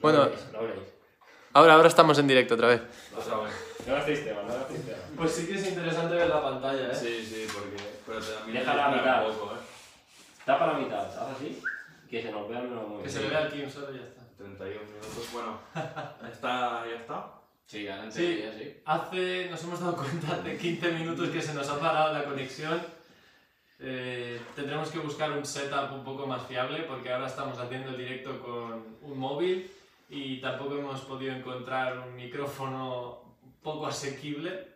Bueno. habléis, no habléis. Ahora, ahora estamos en directo otra vez. Otra vez. No gastéis tema, no gastéis tema. Pues sí que es interesante ver la pantalla, ¿eh? Sí, sí, porque. Pero también Deja la me mitad. poco, ¿eh? Tapa la mitad, haz así, que se nos vea menos muy Que se le bien. vea el Kim solo y ya está. 31 minutos, bueno. ¿Está, ¿Ya está? Sí, ganan Sí. sí. sí. Hace, nos hemos dado cuenta hace 15 minutos que se nos ha parado la conexión. Eh, tendremos que buscar un setup un poco más fiable porque ahora estamos haciendo el directo con un móvil y tampoco hemos podido encontrar un micrófono poco asequible,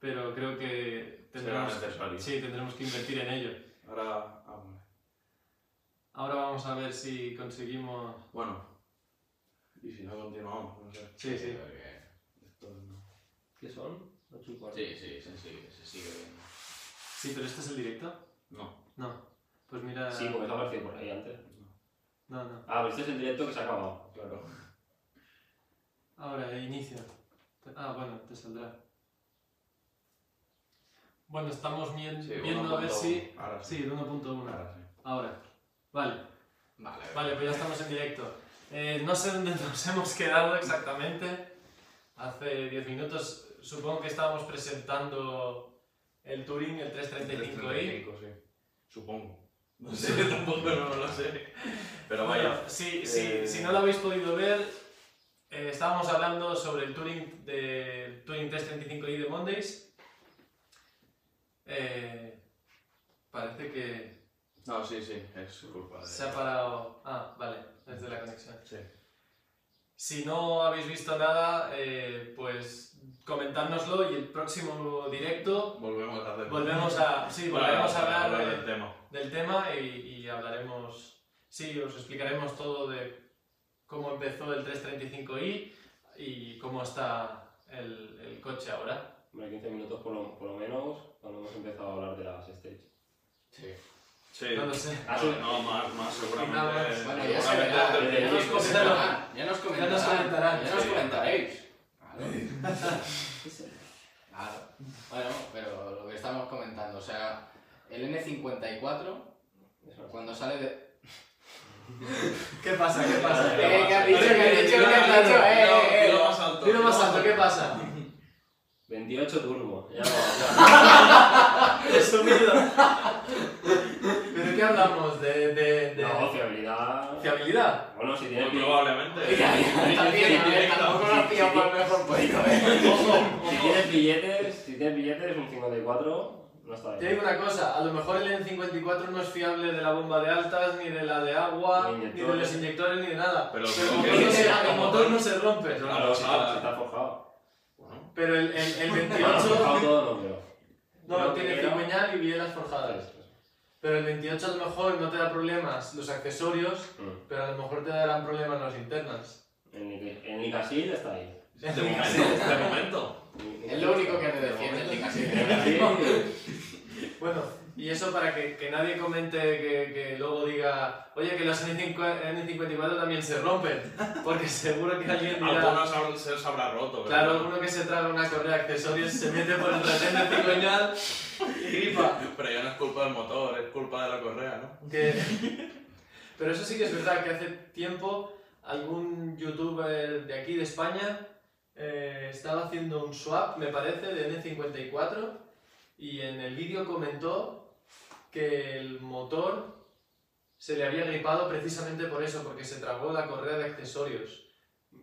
pero creo que Será tendremos, necesario. sí, tendremos que invertir en ello. Ahora. ah, vale. Ahora vamos a ver si conseguimos... Bueno. Y si no continuamos, no sé. Sí, sí. Esto no. ¿Qué son? Ocho y cuarto. Sí, sí, sí, sí, se sigue viendo. Sí, pero este es el directo. No. No. Pues mira... Sí, porque estaba el por ahí antes. No, no. Ah, pero este es el directo que se ha acabado. Claro. Ahora, inicio. Ah, bueno, te saldrá. Bueno, estamos mien- Sí, viendo a ver 1.1. si... Ahora sí. Sí, el 1.1. Ahora sí. Ahora. Vale, Vale, vale, pues ya estamos en directo. Eh, no sé dónde nos hemos quedado exactamente. Hace 10 minutos supongo que estábamos presentando el Touring, el 335i. 35, sí. Supongo. No sé, tampoco no lo sé. Pero Bueno, vaya. si, si- eh, si no lo habéis podido ver, eh, estábamos hablando sobre el Touring, de, el Touring 335i de Mondays. Eh, parece que No, sí, sí, es culpa de. se ha parado. Ah, vale, desde la conexión. Sí. Si no habéis visto nada, eh, pues comentárnoslo y el próximo directo Volvemos a hacer. volvemos a, sí, volveremos a Vale, hablar eh, hablar de- del tema. del tema y, y hablaremos, sí, os explicaremos todo de cómo empezó el 335i y cómo está el, el coche ahora. Hombre, 15 minutos por lo, por lo menos cuando hemos empezado a hablar de las stage. Sí. Sí. No lo sé. Ah, sí. No, más, más, seguramente. Quitamos. Bueno, ya se seguramente verá. del Ya nos principio. comentarán. Ya Ya nos nos comentarán. comentarán. Ya nos Sí. comentaréis. Claro. Claro. Bueno, pero lo que estamos comentando, o sea, el N54, Eso. cuando sale de. ¿Qué pasa? ¿Qué pasa? ¿Qué Eh, ¿Qué has Dilo, dicho? ¿Qué has dicho? dilo, ¿Qué dilo, dilo, has dicho? Eh, eh, dilo eh. más alto. Dilo más alto, ¿qué pasa? 28 turbo. Ya va, Resumido. ¿Pero qué hablamos? ¿De, ya de, de va. No, fiabilidad. fiabilidad? Bueno, si tienes Muy que. probablemente. Ya, ya, Sí, también, a ver, directo. tampoco lo has pillado por el mejor puesto, eh. Si tienes billetes, si tienes billetes, un 54 no está Te bien. digo una cosa, a lo mejor el N54 no es fiable de la bomba de altas, ni de la de agua, Ni ni, de inyectores. los inyectores, ni de nada. Pero el, creo motor que no sí, se- el el motor motor. no se rompe. Yo no Claro, lo si está, si sabía. está forjado. Bueno, Pero el, el, el Bueno, 28 forjado todo no creo. no, Creo tiene que era- cigüeñal y bielas forjadas. Pero el 28 a lo mejor no te da problemas los accesorios, Mm. pero a lo mejor te darán problemas las internas. En Nick- En Nicasil está ahí. De momento, de momento. Es lo único que te defiende el Nicasil. Bueno, y eso para que, que nadie comente que, que luego diga, oye, que los N54 también se rompen, porque seguro que alguien dirá... Algunos habrán- se os habrá roto, pero- Claro, uno que se traga una correa de accesorios se mete por el retén de cigüeñal y gripa. Pero ya no es culpa del motor, es culpa de la correa, ¿no? Que- Pero eso sí que es verdad que hace tiempo algún youtuber de aquí de España eh, estaba haciendo un swap, me parece, de N54 y en el vídeo comentó que el motor se le había gripado precisamente por eso, porque se tragó la correa de accesorios.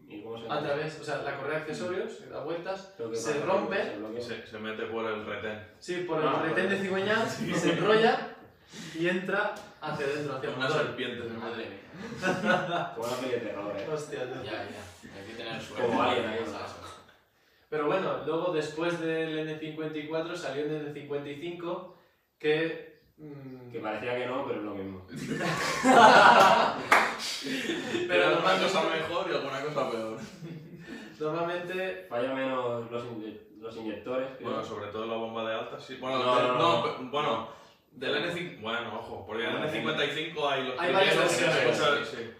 ¿Y cómo se A través, o sea, la correa de accesorios, que da vueltas, Creo que se pasa, rompe. se bloquea. Y se, se mete por el retén. Sí, por el Ah, retén de vale. cigüeñal, se enrolla y entra hacia adentro, hacia el Una motor. serpiente se mete. Madre mía. Ah. Como una peli de terror, eh. Hostia, tú. Ya, ya. Hay que tener suerte. Como alguien ahí. Pero bueno, luego después del N54 salió el N55 que... mm, Que parecía que no, pero es lo mismo. pero alguna cosa normalmente, mejor y alguna cosa peor. normalmente Falla menos los, inye- los inyectores. creo. Bueno, sobre todo la bomba de alta, sí. Bueno, Eh, No, de- no, no, no, no. pe- bueno, del N5, bueno, ojo, porque en el N55 hay los Hay varias primeros, versiones. creo, sí.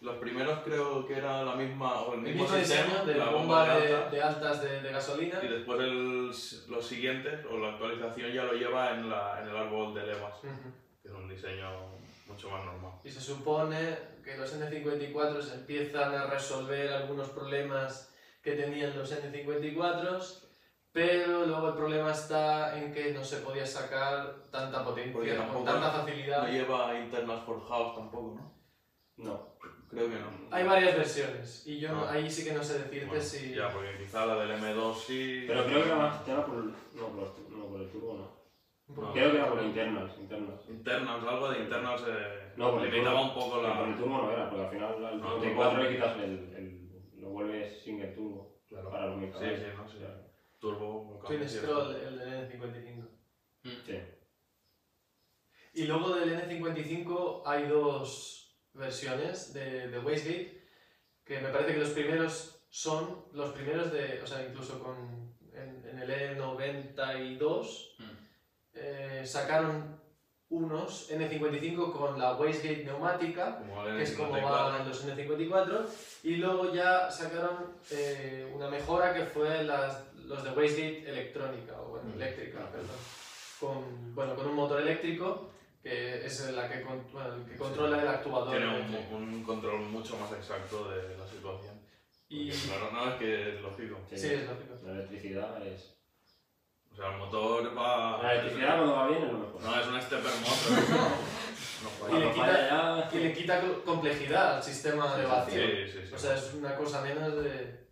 Los primeros creo que era la misma o el el mismo mismo diseño sistema, de la bomba de de, alta. de altas de, de gasolina. Y después el- los siguientes, o la actualización ya lo lleva en, la, en el árbol de levas. Ujú. que es un diseño mucho más normal. Y se supone que los N54 se empiezan a resolver algunos problemas que tenían los N54, pero luego el problema está en que no se podía sacar tanta Porque potencia, con tampoco- tanta facilidad. No lleva internas forjados tampoco, ¿no? No. Creo que no. Hay varias versiones, y yo no- Ah. ahí sí que no sé decirte Bueno, si... Ya, porque quizá la del M2 sí. Pero creo que era más que era por el, no, por el, no, por el turbo, no. No. Creo que era por internas, internas. Internals, algo de internals eh, No, por el limitaba turbo. un poco Pero Por la. el turbo no era, porque al final al No, 94 turbo. le quitas el, el... lo vuelves sin el turbo. Claro. Para los mil Sí, sí, no sé. Turbo. con Twin cambio, Scroll, el del N55. Sí. Y luego del N55 hay dos versiones de, de Wastegate, que me parece que los primeros son los primeros de, o sea, incluso con, en, en el E E92 Mm. eh, sacaron unos N55 con la Wastegate neumática, Como el que es como N54. van los N54, y luego ya sacaron eh, una mejora que fue las, los de Wastegate electrónica, o bueno, Mm. eléctrica, perdón, con, bueno, con un motor eléctrico, que es la que, con- bueno, el que controla el actuador. Tiene ¿no? un, un control mucho más exacto de la situación. y, Porque, Claro, no, es que es lógico. sí, es lógico. La electricidad es... O sea, el motor va. La electricidad cuando va bien es lo mejor. No, es un stepper motor. no, Y Cuando le falla. quita- falla Y le quita co- complejidad al sistema de vacío. Sí, sí, sí. O sea, es una cosa menos de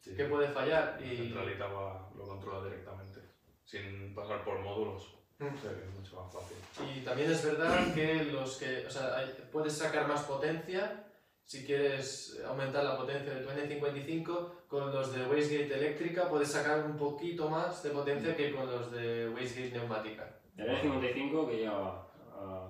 Sí. que puede fallar. La Y, centralita va- lo controla directamente, sin pasar por módulos. Mm. O sea que es mucho más fácil. Y también es verdad que los que, o sea, hay- puedes sacar más potencia si quieres aumentar la potencia de tu N55 con los de wastegate eléctrica puedes sacar un poquito más de potencia que con los de wastegate neumática. ya. El E55 que llegaba a,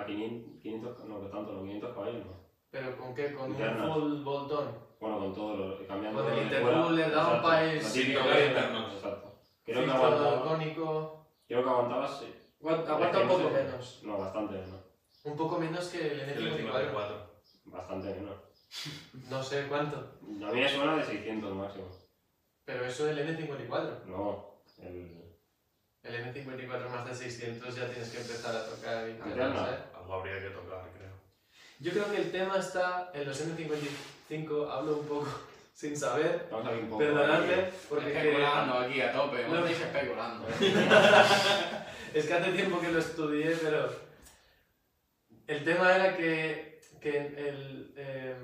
a 500, 500, no, que tanto, no, 500 caballos, ¿no? Pero con qué? Con Internas. un full boltón. Bueno, con todo lo cambiando. Con lo el de intercooler, fuera, down exacto, pipe, lo sí, típico lo que- interno. Exacto. Creo que, Filtro aguantaba, cónico. creo que aguantabas. sí. Aguanta aguanta un poco 15. menos. No, bastante menos. Un poco menos que el El N54. N54. Bastante menos. No sé cuánto. A mí me suena de 600 máximo. Pero eso es el N54. No, el. El N54 más de 600 ya tienes que empezar a tocar internas, Alterna. ¿eh? Algo habría que tocar, creo. Yo creo que el tema está en los N55, hablo un poco sin saber, Vamos a ver un poco. perdonadme, porque es que, especulando aquí a tope, no No. estáis especulando. es que hace tiempo que lo estudié, pero el tema era que, que el, eh,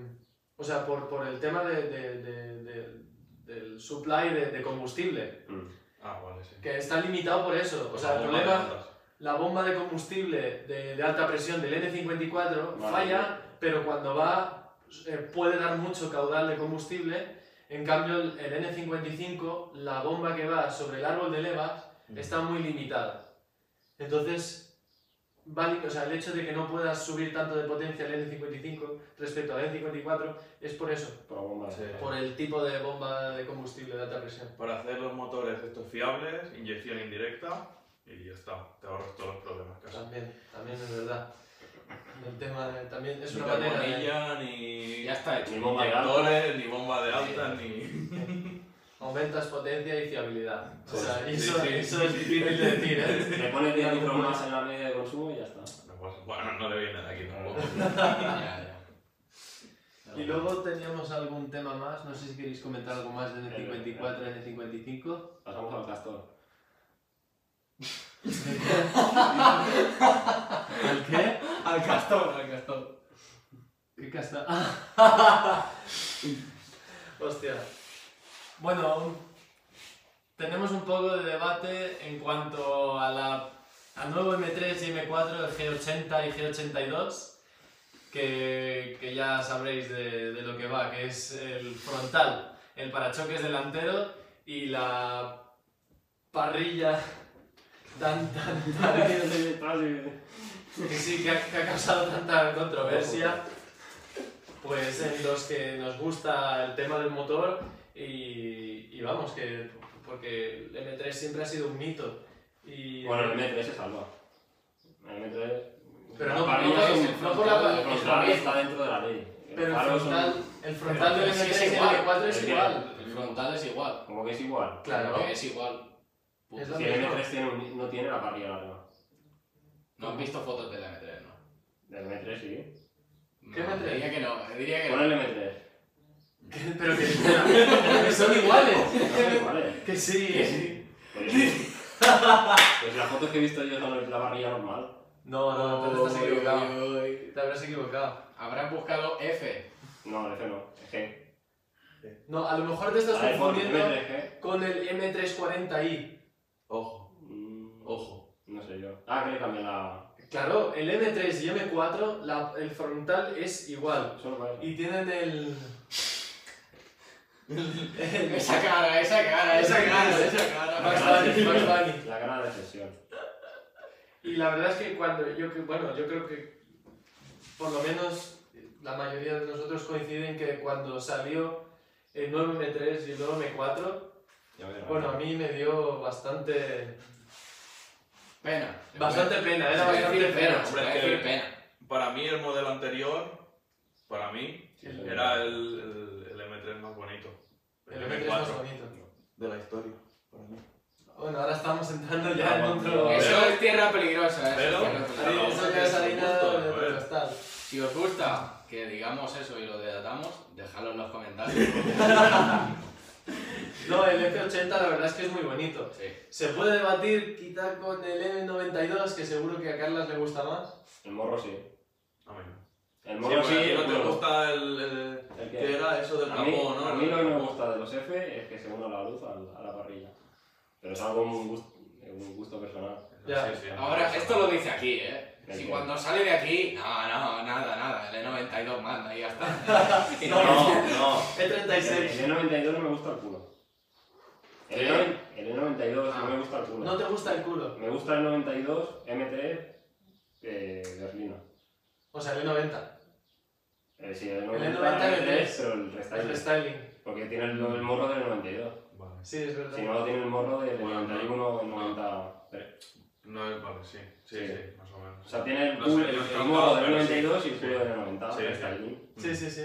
o sea, por, por el tema de- de- de- de- del supply de, de combustible, Mm. Ah, vale, sí. que está limitado por eso, o sea, el Algo problema... más de la bomba de combustible de, de alta presión del N54 Vale. falla, pero cuando va eh, puede dar mucho caudal de combustible. En cambio, el, el N55, la bomba que va sobre el árbol de levas, Mm. está muy limitada. Entonces, va li- o sea, el hecho de que no puedas subir tanto de potencia el N55 respecto al N54 es por eso, Por la bomba. Sí. por el tipo de bomba de combustible de alta presión. Para hacer los motores estos fiables, inyección indirecta y ya está. Te ahorras todos los problemas casi. También, también es verdad. El tema de- también es Ni una manera de- carbonilla, ni ya está Ni hecho. bomba de alta. inyectores, ni bomba de alta, ni. Aumentas potencia y fiabilidad. O sea, Sí, eso, sí. eso es difícil de decir, ¿eh? Le pones 10 litros más en la media de consumo y ya está. No pasa- Bueno, no le viene de aquí tampoco. Ya, ya. Y luego teníamos algún tema más, no sé si queréis comentar algo más de N54, N55. Pasamos al castor. ¿Al qué? Al castor, al castor. ¿Qué casta? Hostia. Bueno, aún tenemos un poco de debate en cuanto a la al nuevo M3 y M4, el G80 y G82, que, que ya sabréis de, de lo que va, que es el frontal, el parachoques delantero y la parrilla tan tan tan que sí, que ha, que ha causado tanta controversia, pues en los que nos gusta el tema del motor y, y vamos, que porque el M3 siempre ha sido un mito. Y, Bueno, el M3 se salva. El M3. Pero la no- parrilla no- es un- no por la- el frontal está dentro de la ley. pero el faro es un- frontal, el frontal Pero del es que M3 es y el igual. M4 es Es igual. El frontal es igual. Como que es igual. Claro. Es igual. Es Punto. lo Si el mismo. M3 tiene un- no tiene la parrilla larga. No han visto fotos del M3, ¿no? Del M3 sí. No, ¿Qué M3? Diría que no, diría que Pon no. el M3. Pero que, espera, que son iguales. No son iguales. Que sí. Pues, pues las fotos que he visto yo son la parrilla normal. No, no, no, te estás Uy, equivocado. uy, uy. Te habrás equivocado. Habrán buscado F. No, el F no. Es G. No, a lo mejor te estás Ah, el confundiendo M3 G. con el M340i. Ojo, Mm, ojo. No sé yo. Ah, que le cambié la... Claro, el M3 y M4, la- el frontal es igual. Solo para eso. Y tienen el. el- Esa cara, esa cara, esa cara, esa Max cara. Bunny, Max Bunny. La gran decepción. Y la verdad es que cuando yo, que- bueno, yo creo que por lo menos la mayoría de nosotros coinciden que cuando salió el nuevo M3 y el nuevo M4, Ya me bueno, a mí me dio bastante, Pena. bastante pena, era Se puede bastante decir pena. pena, se hombre, puede que- decir pena. Para mí el modelo anterior, para mí, Sí, el- soy yo. era el, el- el M3 más bonito. El M3 más bonito. De la historia, para mí. Bueno, ahora estamos entrando ya en otro... Pero- Eso es tierra peligrosa, eso Pero- es tierra pero- peligrosa. Eso ya es harina Justo, de joder. otro costal. Si os gusta que digamos eso y lo debatamos, dejadlo en los comentarios. No, el F80 la verdad es que es muy bonito. Sí. Se puede debatir quizá con el M92, que seguro que a Carlas le gusta más. El morro sí. A mí no. El Sí, morro sí. porque Ah, a ti no te bueno. gusta el... el- ¿El qué? que era eso del A mí, capó, ¿no? a mí lo que me gusta de los F es que se une la luz al- a la parrilla. Pero es algo un gusto, un gusto personal. Ya. Sí, sí. Ahora, esto lo dice aquí, ¿eh? El Si qué. cuando sale de aquí, no, no, nada, nada, el E92 manda y ya está. No, no. E36. El E92 no me gusta el culo. El, E- el E92 no me gusta el culo. Ah. No te gusta el culo. Me gusta el 92 M3 E, eh, Berlina. O sea, el E90. Eh, sí, el El 90 90 E. M3, E, pero el El restyling. restyling. Porque tiene el, el morro del 92. Vale. Sí, es verdad. Si no, tiene el morro del Bueno, 91 93. No es... Vale, sí. Sí, Sí. sí, más o menos. Mm. O sea, tiene el, No sé, culo- el, no sé, el morro del pero sí. 92 y el culo Sí. del 90. Sí, sí. restyling. Sí, sí, sí.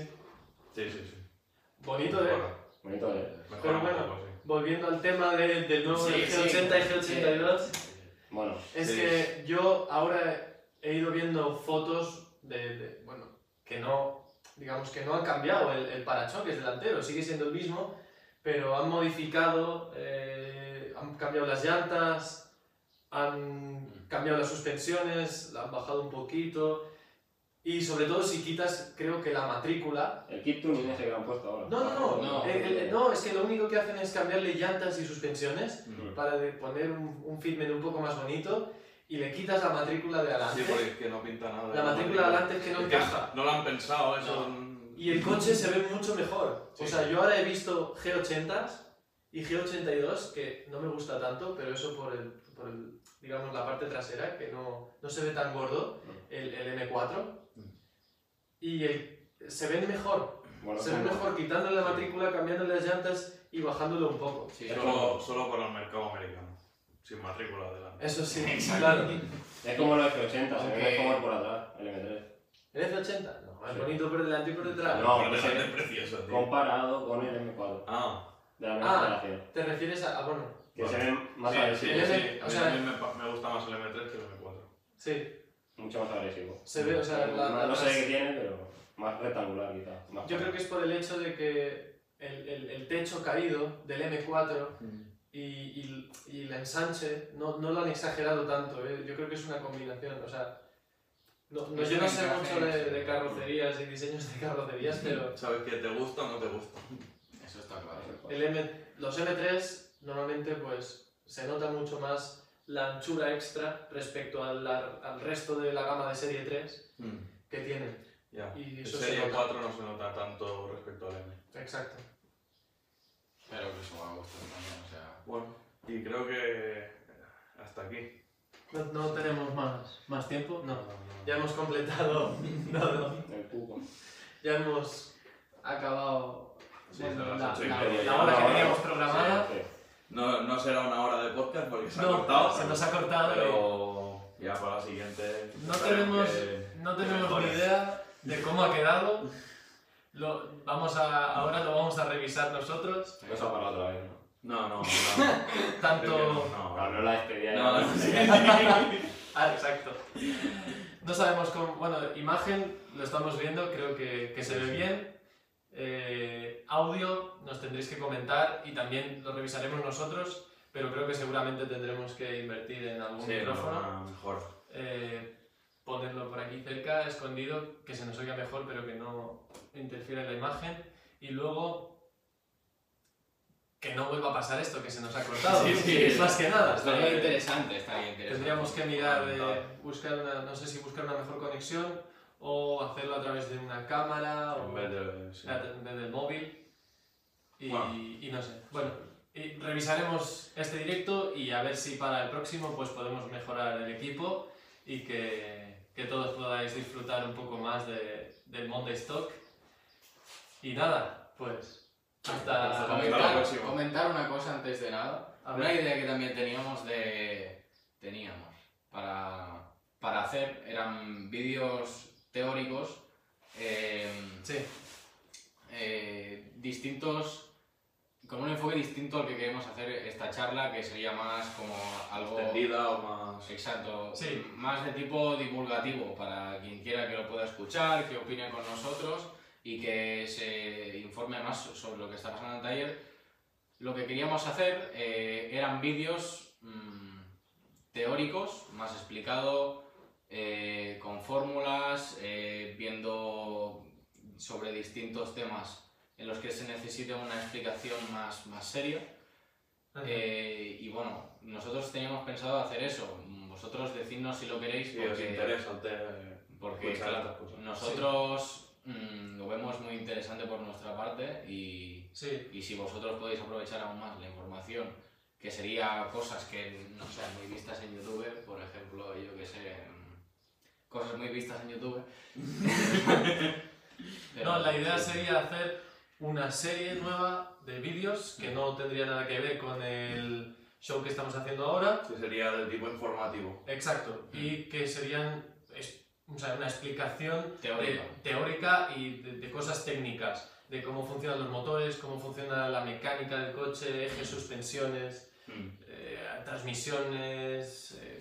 Sí, sí, sí. Bonito, ¿eh? Mejora, Bonito de... mejora Pero un bueno. poco, sí. Volviendo al tema de- del nuevo Sí, G80 sí. y G82, Bueno, es Sí. que yo ahora he ido viendo fotos de, de- bueno, que no, digamos que no han cambiado el, el parachoques delantero, sigue siendo el mismo, pero han modificado, eh, han cambiado las llantas, han cambiado las suspensiones, la han bajado un poquito, y sobre todo si quitas, creo que la matrícula, el kit tuning ese que le han puesto ahora. No, no, no. No. El- el- no, es que lo único que hacen es cambiarle llantas y suspensiones Mm. para de- poner un, un fitment un poco más bonito y le quitas la matrícula de adelante. Sí, porque es que no pinta nada. La matrícula de adelante es que no Es que encaja. No lo han pensado, ¿eh? eso. No. es un- Y el coche se ve mucho mejor. O Sí. sea, yo ahora he visto G80s y G82 que no me gusta tanto, pero eso por, el, por el- digamos, la parte trasera, que no, no se ve tan gordo, el, el M4. Mm. Y el, se ven mejor. Bueno, Se es ven como- mejor quitándole la matrícula, cambiándole las llantas y bajándolo un poco. Sí, Solo, solo para el mercado americano. Sin matrícula adelante. Eso sí, Exacto. claro. Es como los F80, se Aunque- ve mejor por atrás, el M3. ¿El F80? No, es Sí. bonito por delante y por detrás. No, pero pues adelante sí. es precioso, tío. Comparado con el M4, Ah, de la misma Ah. generación. ¿Te refieres a.? Ah, bueno, Que Vale. se ven más sí, sí, agresivos, sí. M- A o mí sea- también me, pa- me gusta más el M3 que el M4. sí, mucho más agresivos. se ve, o sea, la- no, la- no sé qué tiene, pero más rectangular quizá. más Yo creo plano. que es por el hecho de que el, el- el techo caído del M4 y, y- y el ensanche no, no lo han exagerado tanto, ¿eh? yo creo que es una combinación, o sea... No, no- Es yo no un sé encaje, mucho de, sí. de carrocerías y diseños de carrocerías, pero ¿Sabes que te gusta o no te gusta? eso está claro. el M, los M3 normalmente pues se nota mucho más la anchura extra respecto al, al resto de la gama de serie 3 que tienen. Ya. Mm. Y El eso se Serie nota. 4 no se nota tanto respecto al M. Exacto. Pero que eso me ha gustado también, o sea. Bueno, y creo que. Hasta aquí. No, no tenemos más, más tiempo. No. Ya Ya. hemos completado. No, no. pues, El cubo. Ya hemos acabado Sí, bueno, son las la, ocho y la- media. la hora que Una teníamos hora. programada. Sí, sí. No, no será una hora de podcast porque se ha No, cortado. se nos ha cortado. Pero ya para la siguiente. No tenemos, que- no tenemos ni mejores. idea de cómo ha quedado. Lo, vamos a, ahora lo vamos a revisar nosotros. No se ha parado otra vez, ¿no? No, no, no. Tanto No, Habló la despedida. No, ya. no. Sí. Ah, exacto. No sabemos cómo. Bueno, imagen lo estamos viendo, creo que, que se ve bien. Eh, audio nos tendréis que comentar y también lo revisaremos nosotros, pero creo que seguramente tendremos que invertir en algún Sí, micrófono. no, mejor. Eh, ponerlo por aquí cerca, escondido, que se nos oiga mejor, pero que no interfiera en la imagen. Y luego que no vuelva a pasar esto, que se nos ha cortado. Sí, sí. es más que nada. Eh, Estaría interesante, estaría interesante. Tendríamos que mirar, eh, Claro. buscar una, no sé si buscar una mejor conexión o hacerlo a través de una cámara o En vez de. sí. la- en vez del móvil. Y, Bueno. y no sé. Bueno, y revisaremos este directo y a ver si para el próximo pues podemos mejorar el equipo y que, que todos podáis disfrutar un poco más de, del Monday Stock. Y nada, pues hasta Hasta la Comentar, próxima. comentar una cosa antes de nada. A Una ver. idea que también teníamos de. teníamos para, para hacer eran vídeos teóricos em, Sí, eh, distintos, con un enfoque distinto al que queremos hacer esta charla, que sería más como algo Extendida o más. exacto, Sí. más de tipo divulgativo, para quien quiera que lo pueda escuchar, que opine con nosotros y que se informe más so- sobre lo que está pasando en el taller. Lo que queríamos hacer eh, eran vídeos mm, teóricos, más explicado, eh, con fórmulas, eh, viendo sobre distintos temas en los que se necesita una explicación más, más seria. Eh, y bueno, nosotros teníamos pensado hacer eso. Vosotros decidnos si lo queréis Si os porque, interesa, el te- porque escuchar claro, estas cosas. nosotros mm, lo vemos muy interesante por nuestra parte y, sí, y si vosotros podéis aprovechar aún más la información, que sería cosas que no sean muy vistas en YouTube, por ejemplo, yo que sé, mm, cosas muy vistas en YouTube. Pero- No, la idea sería hacer una serie nueva de vídeos que no tendría nada que ver con el show que estamos haciendo ahora. Sí, sería de tipo informativo. Exacto. Y que serían es- o sea, una explicación de- Teórica. teórica y de, de cosas técnicas, de cómo funcionan los motores, cómo funciona la mecánica del coche, ejes, suspensiones, Mm. eh, transmisiones, eh,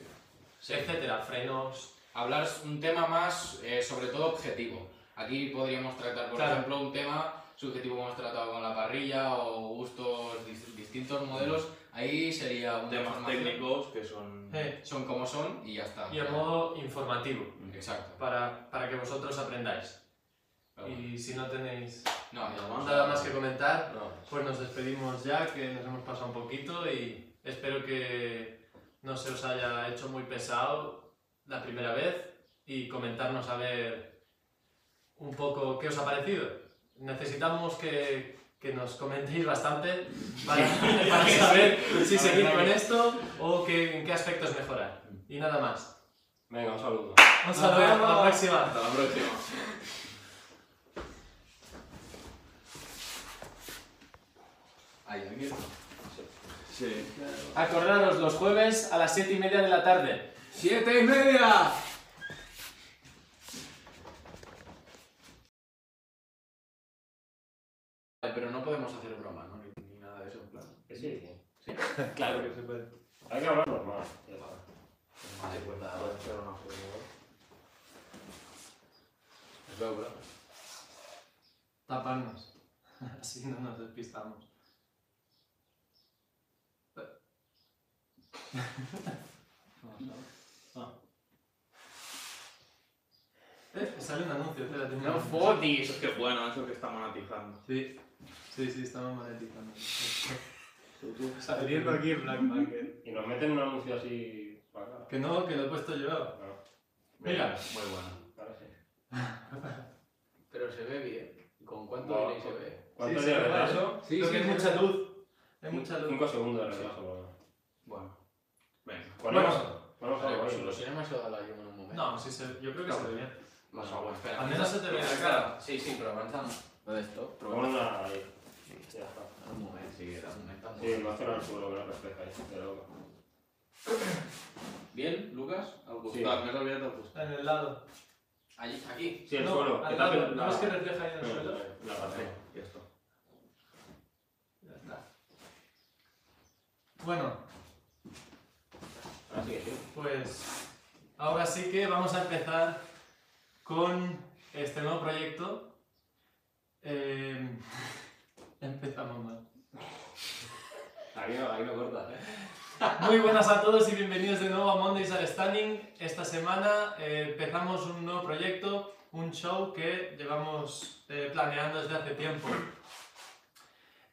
Sí. etcétera, frenos. hablar un tema más, eh, sobre todo objetivo. Aquí podríamos tratar, por Claro. ejemplo, un tema subjetivo que hemos tratado con la parrilla o gustos, dis- distintos modelos. Ahí sería un Temas técnicos que Mm. son. eh, Son como son y ya está. y a modo informativo, Exacto. para, para que vosotros aprendáis. Pero bueno. Y si no tenéis No, ya vamos. nada más que comentar, No. pues nos despedimos ya, que nos hemos pasado un poquito y espero que no se os haya hecho muy pesado la primera vez y comentarnos a ver un poco qué os ha parecido. Necesitamos que, que nos comentéis bastante para, para saber si La seguir verdad con que- esto o que- en qué aspectos mejorar. Y nada más. Venga, un saludo. Un saludo, hasta la próxima. Hasta la próxima. Ahí, ahí mismo. Sí. Acordaros los jueves a las 7 y media de la tarde. ¡Siete y media! Pero no podemos hacer broma, ¿no? Ni, ni nada de eso, en plan. Sí, sí. Claro. Hay que hablar normal. ya está. Ah, Vale, pues nada, bueno. Es verdad. Taparnos. Así no nos despistamos. Ah. Eh, me sale un anuncio, espérate. un No anuncio. fotis. Es que bueno, eso que está monetizando. Sí, sí, sí, estamos monetizando. Saliendo aquí Black Market. Y nos meten un anuncio así para acá. Que no, que lo he puesto yo. No, Mira. Muy bueno. ahora sí. Pero se ve bien. ¿Con cuánto Wow. delay se ve? ¿Cuánto Sí, tiene sí, de ¿verdad? retraso? Sí, Creo sí, que hay sí. mucha luz. Hay mucha luz. 5 segundos de retraso. bueno. Bueno. Venga. Ponemos, ponemos Vale, pues algo lo ahí. será más dado yo en un momento. No, sí, se, yo creo que se ve bien. Más agua, espera. Al menos se te ve la cara. Sí, sí, pero avanzamos. ¿Lo de esto? Ponemos una ahí. Ya está. Un momento, sí, era un momento. Sí, me hace un artículo que no refleja ahí, de loco. Bien, Lucas, al Sí. gustar, me he olvidado del gustar. En el lado. Allí, aquí. Sí, el no, suelo. Al ¿qué lado. tal? ¿No es que refleja ahí en el Espera, suelo? La pantalla. Ya está. Ya está. Bueno, Así que Ah, sí. pues Ahora sí que vamos a empezar con este nuevo proyecto. Eh, empezamos mal. Ahí no, ahí no cortas, ¿eh? Muy buenas a todos y bienvenidos de nuevo a Mondays al Standing. Esta semana eh, empezamos un nuevo proyecto, un show que llevamos eh, planeando desde hace tiempo.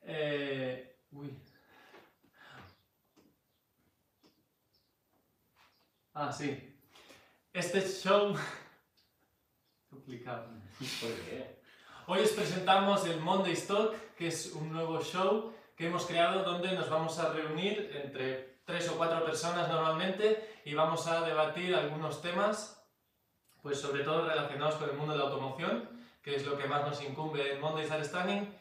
Eh, uy. Ah, sí. Este show... Complicado. ¿Por qué? Hoy os presentamos el Monday Stock, que es un nuevo show que hemos creado donde nos vamos a reunir entre tres o cuatro personas normalmente y vamos a debatir algunos temas, pues sobre todo relacionados con el mundo de la automoción, que es lo que más nos incumbe en Mondays Are Standing.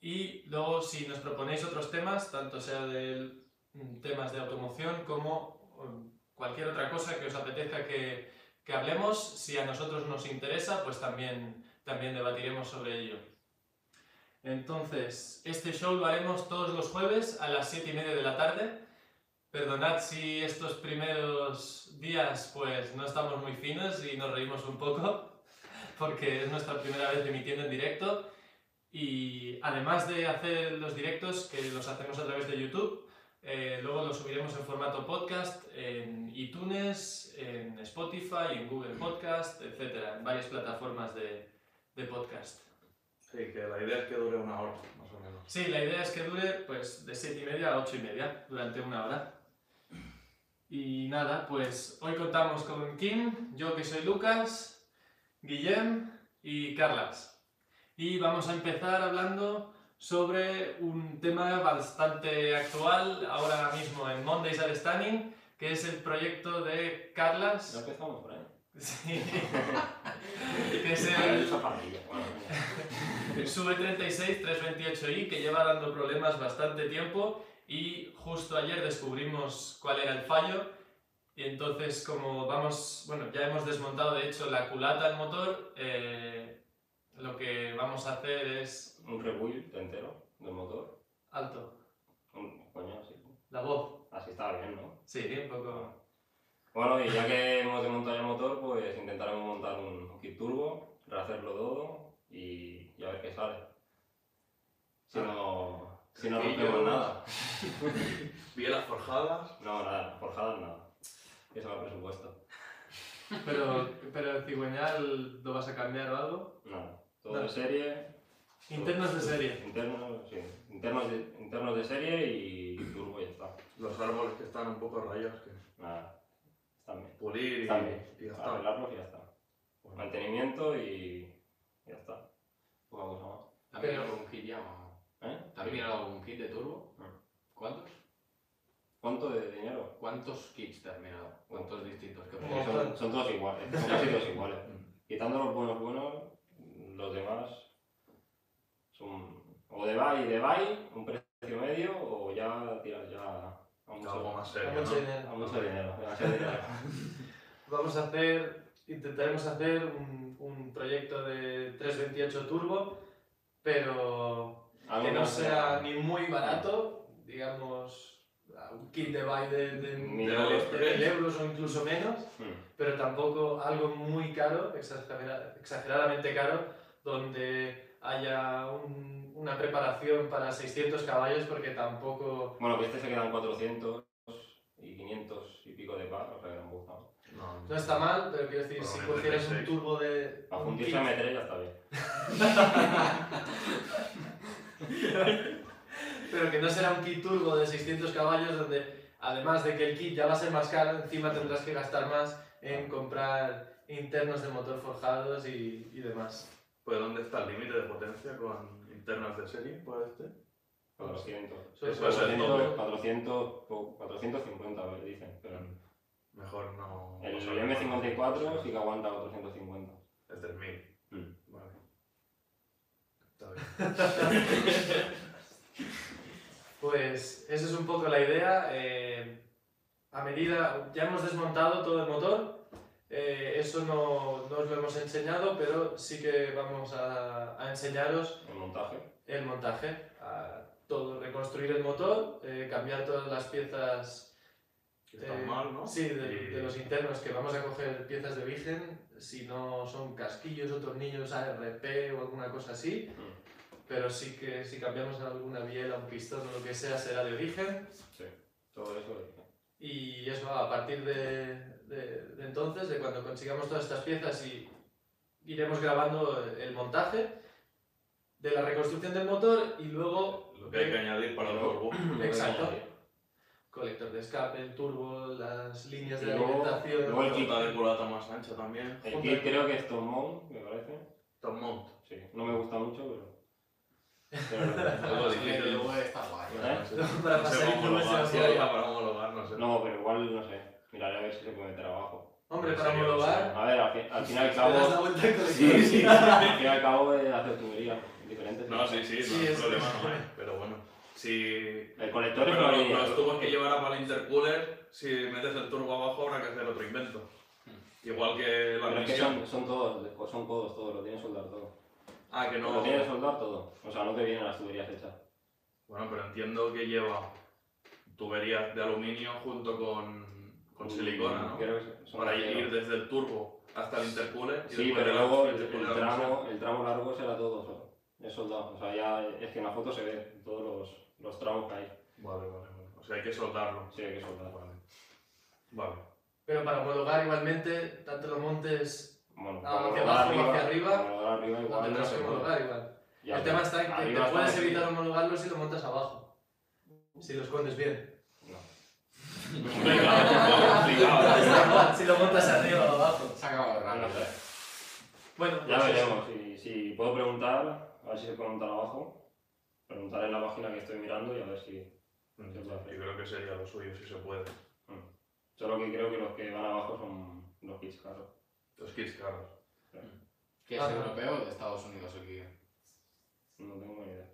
Y luego, si nos proponéis otros temas, tanto sea de mm, temas de automoción como mm, cualquier otra cosa que os apetezca que, que hablemos, si a nosotros nos interesa, pues también también debatiremos sobre ello. Entonces, este show lo haremos todos los jueves a las 7 y media de la tarde. Perdonad si estos primeros días pues no estamos muy finos y nos reímos un poco, porque es nuestra primera vez emitiendo en directo. Y además de hacer los directos, que los hacemos a través de YouTube, eh, luego los subiremos en formato podcast en iTunes, en Spotify, en Google Podcast, etcétera, en varias plataformas de, de podcast. Sí, que la idea es que dure una hora, más o menos. Sí, la idea es que dure pues de 7 y media a 8 y media durante una hora. Y nada, pues hoy contamos con Kim, yo que soy Lucas, Guillem y Carlas. Y vamos a empezar hablando sobre un tema bastante actual ahora mismo en Mondays Are Standing, que es el proyecto de No Carlas. empezamos por ahí. Sí. que es Ahora el, es esa parrilla. Bueno, Sube 36 328i que lleva dando problemas bastante tiempo y justo ayer descubrimos cuál era el fallo y entonces como vamos, bueno, ya hemos desmontado de hecho la culata del motor, eh, lo que vamos a hacer es un rebuild entero del motor. alto, Un coño así. la voz, Así estaba bien, ¿no? sí, un poco, Bueno, y ya que hemos desmontado el motor, pues intentaremos montar un kit turbo, rehacerlo todo y, y a ver qué sale. Si no, si no rompemos Sencillo. nada. Bielas forjadas, No, nada, forjadas nada. Eso va presupuesto. pero, pero el cigüeñal lo vas a cambiar o algo, Nada. Todo Nada. de serie. internos de todo- serie, Internos, sí. Internos de, internos de serie y turbo y ya está. los árboles que están un poco rayados, que Nada. Están bien. pulir y, Están bien. y ya está. Arreglarlos y ya está. Mantenimiento y ya está. Poca cosa más. ¿También Pero- viene algún kit ya o- ¿Eh? ¿También viene algún kit de turbo? Ah. No. ¿Cuántos? ¿Cuánto de dinero? ¿Cuántos kits te has mirado? ¿Cuántos distintos? ¿Qué Porque son, son todos iguales, son casi todos iguales. Quitando los buenos buenos, los demás son o de buy y de buy, un precio medio, o ya tiras ya a Algo mucho, más serio, Vamos ¿no? a llenar. a mucho dinero, demasiado dinero. Vamos a hacer, intentaremos hacer un, un proyecto de 328 turbo, pero Algo que no más sea de- ni muy barato, digamos, a un kit de buy de, de, Ni de de los este, tres. mil euros o incluso menos, Mm, pero tampoco algo muy caro, exagera- exageradamente caro, donde haya un- una preparación para 600 caballos, porque tampoco... Bueno, que este se quedan 400 y 500 y pico de par, o sea que no me gusta. No, No está mal, pero quiero decir, Por si un pusieras un 36. turbo de... Para un fundirse kit- a meter ya está bien. Pero que no será un kit turbo de 600 caballos donde, además de que el kit ya va a ser más caro, encima tendrás que gastar más en comprar internos de motor forjados y, y demás. Pues ¿dónde está el límite de potencia con internas de serie por este? 400. Eso Eso es el 400, doble. 400, po- 450 me dicen, pero Mejor no... el no saber cuánto. M54 sí que aguanta 450. Este Es 3000. Mm. Vale. Está bien. Pues esa es un poco la idea. eh, a medida, ya hemos desmontado todo el motor, eh, eso no, no os lo hemos enseñado, pero sí que vamos a- a enseñaros El montaje. el montaje, a todo, reconstruir el motor, eh, cambiar todas las piezas que están mal, ¿no? Sí, de, Eh, Y- de los internos que vamos a coger piezas de origen, si no son casquillos o tornillos ARP o alguna cosa así, pero sí que si cambiamos alguna biela, un pistón o lo que sea, será de origen. Sí, todo eso. eh, Y eso, a partir de, de- de entonces, de cuando consigamos todas estas piezas y iremos grabando el montaje de la reconstrucción del motor y luego Lo que hay que añadir para los Luego- turbos. luego Exacto. añadir. colector de escape, el turbo, las líneas Y de luego- alimentación. luego el Ruta de culata más ancha también. El kit creo que es Tom Mount, me parece. Top mount. Sí, no me gusta mucho, pero. pero Algo El difícil. DW está guay. ¿Eh? para No sé pasar cómo homologar, información. si hay ya para homologar, no sé. no, pero igual, no sé. Miraré a ver si se puede meter abajo. Hombre, En para serio, homologar, A ver, al, fin al fin y al te das la cabo. vuelta al Sí, colector. sí, Al fin y al cabo de hacer tuberías diferentes. No, sí, sí, Sí, no, es- problema no hay, pero bueno. Si... El colector es Pero una los, línea. los tubos que llevará para el intercooler, si metes el turbo abajo habrá que hacer otro invento. Igual que la Hmm. Pero es que admisión. son, son todos, o son codos todos, lo tienen soldado todo. Ah, que Lo no... tienen soldado todo. O sea, no te vienen las tuberías hechas. Bueno, pero entiendo que lleva tuberías de aluminio junto con, con silicona, ¿no? Uh, Creo que son Para acero. ir desde el turbo hasta el intercooler. y Sí, después pero de la- luego el, de el la admisión. tramo, el tramo largo será todo solo. Es soldado. O sea, ya es que en la foto se ve todos los, los tramos que hay. Vale, vale, vale. O sea, hay que soldarlo. Sí, hay que soldar. Vale. Vale. Pero para homologar igualmente, tanto los montes Bueno, Ah, hacia para abajo, rodar hacia arriba, para rodar arriba lo igual. no tendrás se que puede. homologar igual. Ya, el pero tema está en que arriba te puedes está evitar bien. homologarlo si lo montas abajo. Si lo escondes bien. Complicado, complicado, complicado. si lo montas arriba o abajo. Se ha acabado No, no rápido. sé. Bueno, Ya pues veremos. Si, si puedo preguntar, a ver si se puede montar abajo. Preguntar en la página que estoy mirando y a ver si. Yo creo que sería lo suyo si se puede. Solo que creo que los que van abajo son los kits caros. Los kits caros. ¿Que es Ah, no. europeo o de Estados Unidos o qué? No tengo ni idea.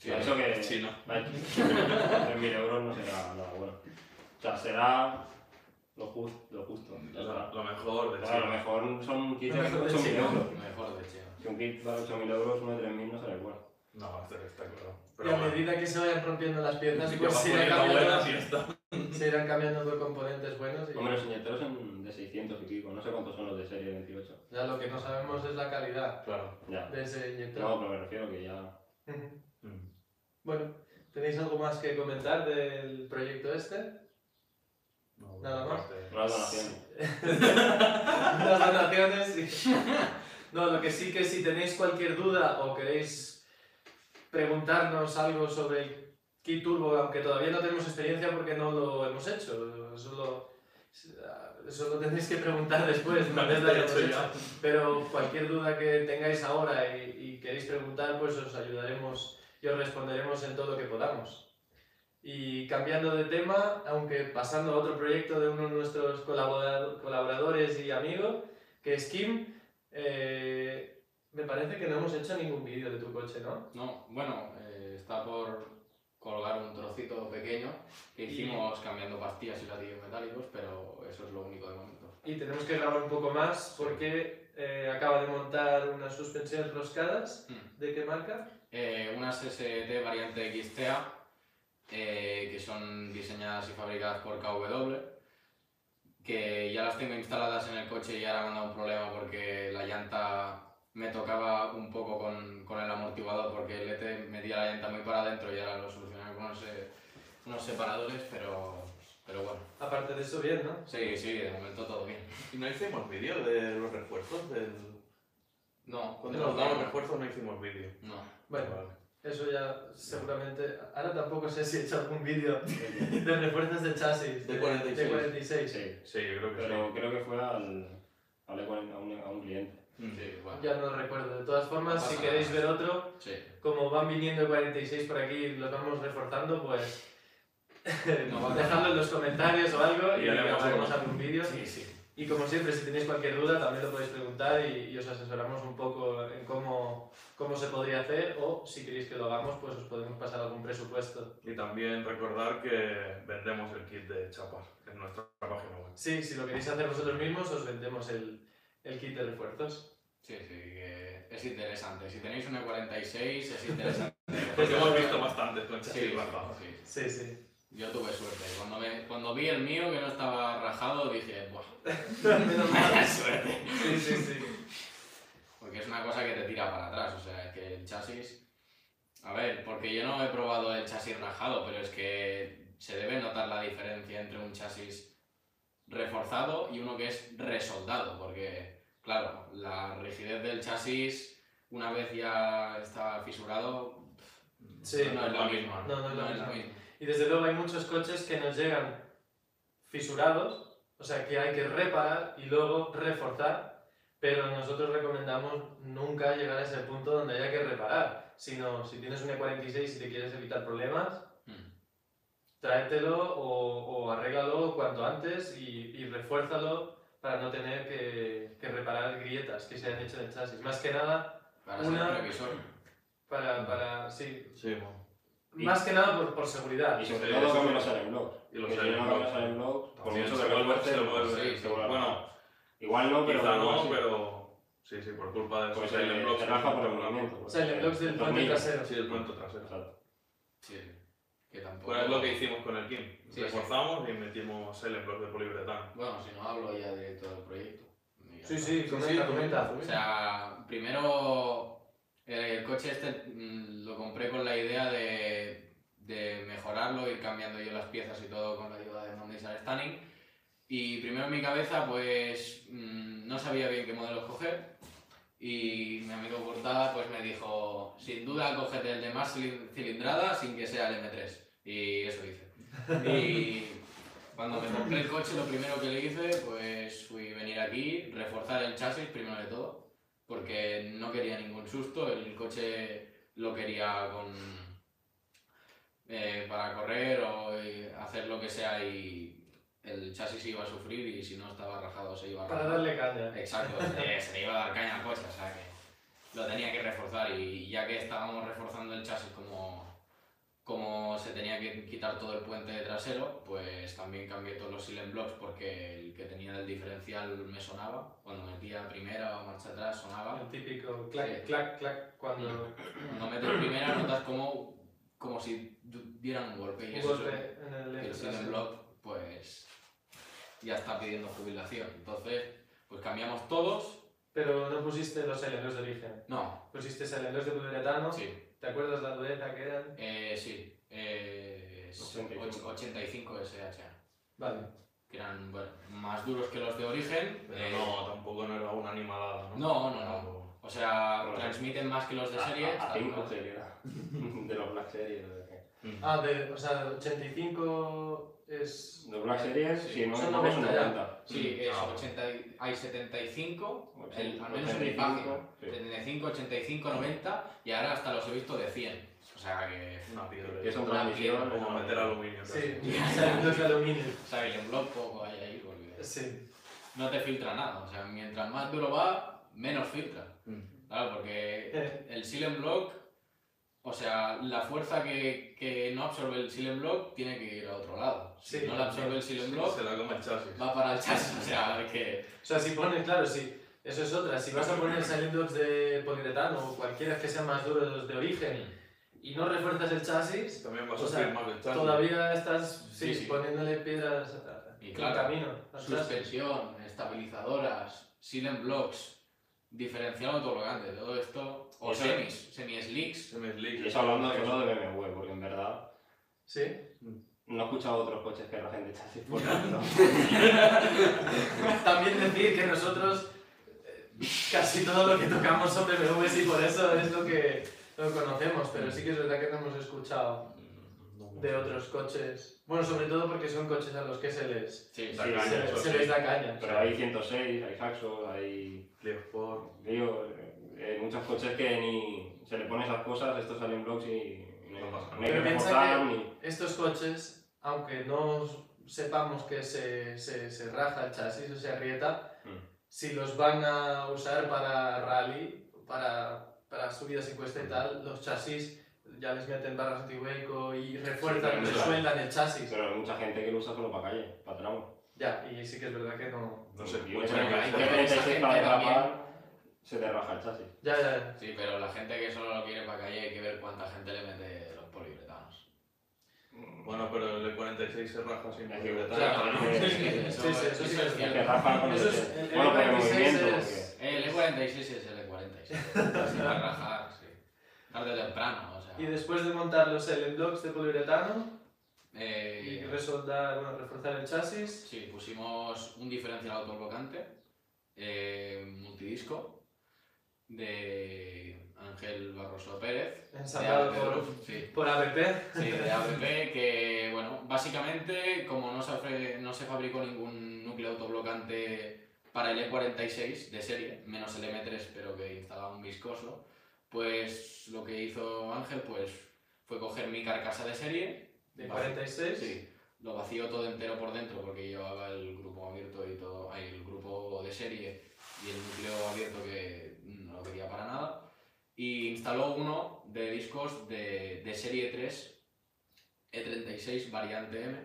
China. Eso que- China. Vale. 3.000 euros no será nada bueno. O sea, será lo, ju- lo justo. ya está. Lo, lo mejor de Claro, a lo China. mejor son kits de Lo mejor de 8.000 China. euros. Mejor de China. Si un kit vale 8.000 euros, uno de 3.000 no será igual. No, este está claro. Y a Pero bueno, medida que se vayan rompiendo las piezas, si pues vas se irán, poniendo buenas cambiando, y ya está. se irán cambiando por componentes buenos. Y Hombre, los inyectores son de 600 y pico, no sé cuántos son los de serie 28. ya lo que no sabemos es la calidad Claro. Ya. de ese inyector. No, pero me refiero que ya. Ujú. Mm. Bueno, ¿tenéis algo más que comentar del proyecto este? No, Nada más. aparte- Una donación. Las donaciones. y- No, lo que sí que si tenéis cualquier duda o queréis preguntarnos algo sobre el kit turbo, aunque todavía no tenemos experiencia porque no lo hemos hecho, solo, solo tendréis que preguntar después, no Vale, desde que lo hecho hemos ya. hecho. Pero cualquier duda que tengáis ahora y, y queréis preguntar, pues os ayudaremos y os responderemos en todo lo que podamos. Y cambiando de tema, aunque pasando a otro proyecto de uno de nuestros colabora- colaboradores y amigos, que es Kim, eh, me parece que no hemos hecho ningún vídeo de tu coche, ¿no? No, bueno, eh, está por colgar un trocito pequeño que hicimos cambiando pastillas y ladrillos metálicos, pero eso es lo único de momento. Y tenemos que grabar un poco más porque eh, acaba de montar unas suspensiones roscadas. Mm. ¿De qué marca? Eh, unas ST variante XTA eh, que son diseñadas y fabricadas por KW que ya las tengo instaladas en el coche y ahora me han dado un problema porque la llanta me tocaba un poco con, con el amortiguador porque el ET metía la llanta muy para adentro y ahora lo solucioné con unos, eh, unos separadores, pero, pero bueno. Aparte de eso, bien, ¿no? Sí, sí, de momento todo bien. ¿Y no hicimos vídeo de los refuerzos? Del... No, Cuando no, nos damos no, refuerzos no hicimos vídeo. no. Bueno, Vale. eso ya seguramente... Ahora tampoco sé si he hecho algún vídeo de refuerzos de chasis. De 46. De 46. Sí, Sí, yo creo que pero creo que fue al. Hablé con a, un, a un cliente. sí. Mm. Sí, bueno, Ya no lo recuerdo. De todas No formas, pasa si queréis nada. ver otro, sí. como van viniendo 46 por aquí y los vamos reforzando, pues No va a dejadlo en los comentarios o algo y Y haremos grabaremos uno. algún vídeo. Sí, sí. Y como siempre, si tenéis cualquier duda, también lo podéis preguntar y, y os asesoramos un poco en cómo, cómo se podría hacer o si queréis que lo hagamos, pues os podemos pasar algún presupuesto. Y también recordar que vendemos el kit de chapas en nuestra página web. Sí, si lo queréis hacer vosotros mismos, os vendemos el, el kit de refuerzos. Sí, sí, que es interesante. Si tenéis una 46 es interesante. Porque hemos visto bastantes con chasis Pues Sí, bajados. sí, Sí, sí. sí. Yo tuve suerte. Cuando, me, cuando vi el mío que no estaba rajado, dije, ¡buah! Menos mal. ¡Mala suerte! Sí, sí, sí. Porque es una cosa que te tira para atrás, o sea, que el chasis... A ver, porque yo no he probado el chasis rajado, pero es que se debe notar la diferencia entre un chasis reforzado y uno que es resoldado, porque, claro, la rigidez del chasis, una vez ya está fisurado, Sí. no es la misma. No, no es la misma. Y desde luego hay muchos coches que nos llegan fisurados, o sea que hay que reparar y luego reforzar, pero nosotros recomendamos nunca llegar a ese punto donde haya que reparar, sino si tienes un E46 y te quieres evitar problemas, Mm. tráetelo o, o arréglalo cuanto antes y, y refuérzalo para no tener que, que reparar grietas que se hayan hecho en el chasis. Más que nada Para Una- ser revisor. para, para sí, Sí, bueno. Mm. Y- más que nada por, por seguridad. Y sobre Ah, Sí, todo eso cuando sí. no salen blogs. Y los Que si salen no blogs. no salen blogs, También por mucho se que vuelve- fuerces, se vuelve- sí, sí, se vuelve. bueno. igual no, pero. Quizá igual no, sí. pero... Sí, sí, por culpa de... Pues esos el, silent blocks, se raja por el por culpa- movimiento. O por sea, el blocks del el puente tornillo. trasero. Sí, el puente trasero. Exacto. Sí, que tampoco... Bueno, es lo que hicimos con el Kim. Sí, Reforzamos y metimos silent blocks de poliuretano. Bueno, si no hablo ya de todo el proyecto. Ya Sí, está. sí, comenta, comenta. O sea, primero eh, el coche este mm, lo compré con la idea de, de mejorarlo, ir cambiando yo las piezas y todo con la ayuda de Monday Star Stanning. Y primero en mi cabeza, pues mm, no sabía bien qué modelo escoger. Y mi amigo Portada pues me dijo, sin duda cógete el de más cilin- cilindrada sin que sea el M3. Y eso hice. Y cuando me compré el coche, lo primero que le hice, pues fui venir aquí, reforzar el chasis primero de todo, porque no quería ningún susto, el coche lo quería con eh, para correr o eh, hacer lo que sea y el chasis iba a sufrir y si no estaba rajado se iba a Para rajar. darle caña. Exacto, eh, se le iba a dar caña al coche, o sea que lo tenía que reforzar y ya que estábamos reforzando el chasis como, como se tenía que quitar todo el puente trasero, pues también cambié todos los silent blocks porque el que tenía el diferencial me sonaba, cuando metía primera o marcha atrás sonaba, El típico clac, Sí. clac, clac, cuando cuando metes primera notas como, como si du- dieran un golpe y un eso es- golpe en el el eje Silent trasero. Block, pues ya está pidiendo jubilación, entonces pues cambiamos todos, Pero no pusiste los elementos de origen. no, Pusiste elementos de poliuretano. sí. ¿Te acuerdas la dureza que eran? Eh, sí. Eh, es 85. 85 SHA. Vale. Que eran bueno, más duros que los de origen. Pero eh, no, tampoco no era una animalada, ¿no? No, no, no. Tampoco. O sea, Bueno. transmiten más que los de Ah, A- serie. a- está A cinco claro. sería. De los Black Series. no sé qué. Mm. Ah, de, o sea, 85 es. De Black Series, Sí. si no Son no, pues 90 ya. 90. Sí, es Ah, 80 y- hay 75, Ochen- el- al menos en mi 85, página. sí. 75, 85, 90 y ahora hasta los he visto de 100. O sea que. Una piedra. Que son Una transmisiones. Como no, meter aluminio. Sí, casi. elementos de aluminio. O sea, el blog poco hay ahí porque Sí. no te filtra nada. O sea, mientras más duro va, menos filtra. Mm. Claro, porque Eh, El Silent Block, o sea, la fuerza que, que no absorbe el Silent Block tiene que ir a otro lado. Sí, si no la absorbe el Silent Block, Se la come el chasis. va para el chasis. O sea, que. O sea, si pones, claro, sí. Eso es otra. Si vas a poner Silent Blocks de poliuretano o cualquiera que sea más duro de los de origen y no refuerzas el chasis, También va a O sea, sufrir más el chasis. Todavía estás sí, Sí, sí. poniéndole piedras a- Y en claro, camino. al traste. Suspensión, estabilizadoras, Silent Blocks, diferencial autologante, todo esto. O Eso- semis, semi-slicks. Se me Y slick. eso hablando solo de BMW, porque en verdad Sí. no he escuchado otros coches que rajen de chasis por tanto. También decir que nosotros eh, casi todo lo que tocamos son BMWs y por eso es lo que lo conocemos, pero sí que es verdad que no hemos escuchado Mm, de otros coches. Bueno, sobre todo porque son coches a los que se les, Sí, Da Sí, caña, se, eso se sí. les da caña. Pero hay 106, hay Saxo, hay. Clifford. Digo, eh, muchos coches que ni se le ponen esas cosas, estos salen blogs y y no, No pasa no hay que nada. Pero piensa reforzar que- ni. Estos coches, aunque no sepamos que se, se, se raja el chasis o se arrieta, Mm. si los van a usar para rally, para, para subidas y Mm. cuesta y tal, los chasis ya les meten barras antihueco y Sí, refuerzan, claro. resueldan el chasis. Pero hay mucha gente que lo usa solo para calle, para tramo. Ya, y sí que es verdad que no... No se Y un escucha. que hay- 36 para Esa gente derrapar, se te raja el chasis. Ya, ya, Sí, pero la gente que solo lo quiere para calle hay que ver cuánta gente le mete los poliuretanos. O Bueno, pero el de 46 se raja sin Claro. libreta. Claro. Sí, sí, sí, sí, eso sí que es Es cierto. que Rafa con Eso los- es- el- el Bueno, pero el 46 movimiento. es- El E E46 es el E46. Se va a rajar, sí. Tarde o temprano, o sea. Y después de montar los Ellen Blocks de poliuretano Eh, y resoldar, bueno, reforzar el chasis, Sí, pusimos un diferencial autoblocante, eh, multidisco, de Ángel Barroso Pérez. de ensamblado ABP por, Group, sí, por ABP. sí, de ABP, que, bueno, básicamente, como no se, fe- no se fabricó ningún núcleo autoblocante para el E E46 de serie, menos el M3, pero que instalaba un viscoso, pues lo que hizo Ángel pues, fue coger mi carcasa de serie, De 46. Sí, lo vació todo entero por dentro porque llevaba el grupo abierto y todo, ay, el grupo de serie y el núcleo abierto que no lo quería para nada. Y instaló uno de discos de, de serie E 3, E36 variante M,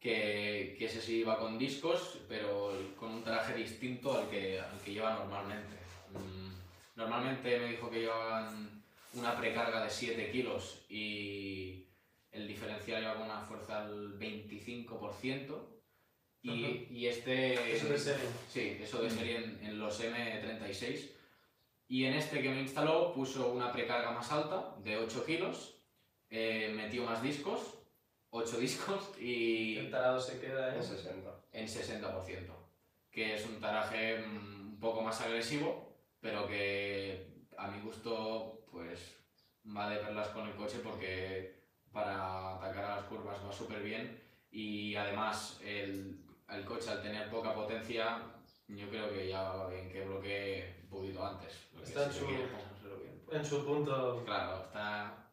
que, que ese sí iba con discos, pero con un traje distinto al que, al que lleva normalmente. Mm, Normalmente me dijo que llevaban una precarga de 7 kilos y el diferencial iba con una fuerza al 25% y, Ajá. y este... Eso de serie. Sí, eso de serie en, en los M36. Y en este que me instaló puso una precarga más alta de 8 kilos, eh, metió más discos, 8 discos y El tarado se queda, ¿eh? En 60. en 60%, que es un taraje mm, un poco más agresivo, pero que a mi gusto pues va de verlas con el coche porque para atacar a las curvas va súper bien y además el, el coche al tener poca potencia yo creo que ya va bien que bloquee un poquito antes. lo que Está en se su- quiere pasárselo bien. En su punto. Claro, está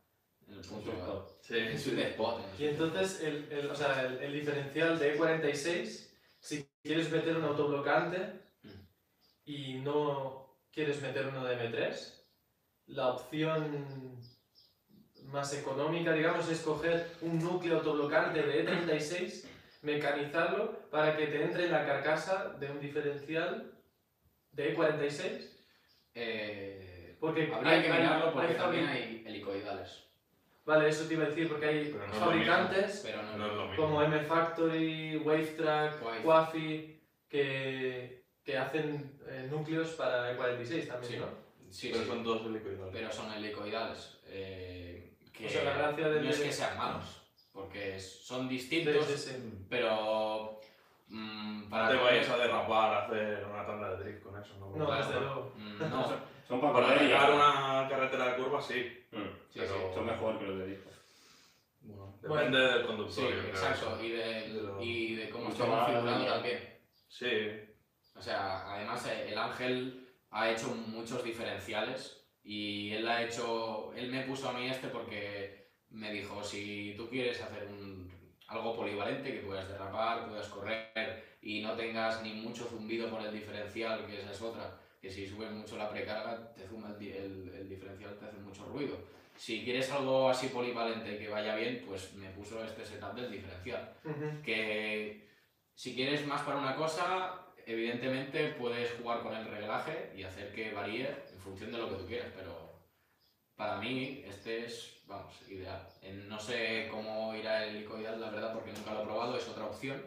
en el punto... Justo. Sí. En su spot. Y entonces, el, el- o sea, el, el diferencial de E E46, si quieres meter un autoblocante y no quieres meter uno de M3, la opción más económica, digamos, es coger un núcleo autoblocante de E E36, mecanizarlo para que te entre en la carcasa de un diferencial de E E46, Eh, porque habría que hay- hay- mirarlo hay porque fabric- también hay helicoidales. Vale, eso te iba a decir, porque hay Pero no es lo fabricantes Pero no, No es lo mismo. como M Factory, Wavetrack, Wave. Wafi, que, que hacen eh, núcleos para E46 también, Sí. ¿no? Sí, pero sí, son dos helicoidales. pero son helicoidales. eh, que O sea, la gracia del- no es que sean malos, porque es- son Sí, distintos, sí, sí. pero mm, No para te correr- vayas a derrapar a hacer una tanda de drift con eso, ¿no? No, desde luego. Mm, no, Son para Para correr y ya. llegar a una carretera de curvas, sí. Mm. sí, Pero- sí. Son mejor que los de disco. Bueno, depende Bueno. del Sí, conductor, yo creo. exacto, y De de, lo- y de cómo Mucho está más configurado lineal. también. Sí, O sea, además eh, el Ángel ha hecho muchos diferenciales y él ha hecho, él me puso a mí este porque me dijo, si tú quieres hacer un, algo polivalente que puedas derrapar, puedas correr y no tengas ni mucho zumbido por el diferencial, que esa es otra, que si sube mucho la precarga, te zumba el, di- el- el diferencial, te hace mucho ruido. Si quieres algo así polivalente que vaya bien, pues me puso este setup del diferencial Ujú. que si quieres más para una cosa, evidentemente puedes jugar con el reglaje y hacer que varíe en función de lo que tú quieras, pero para mí este es, vamos, ideal. En- No sé cómo irá el helicoidal, la verdad, porque nunca lo he probado, es otra opción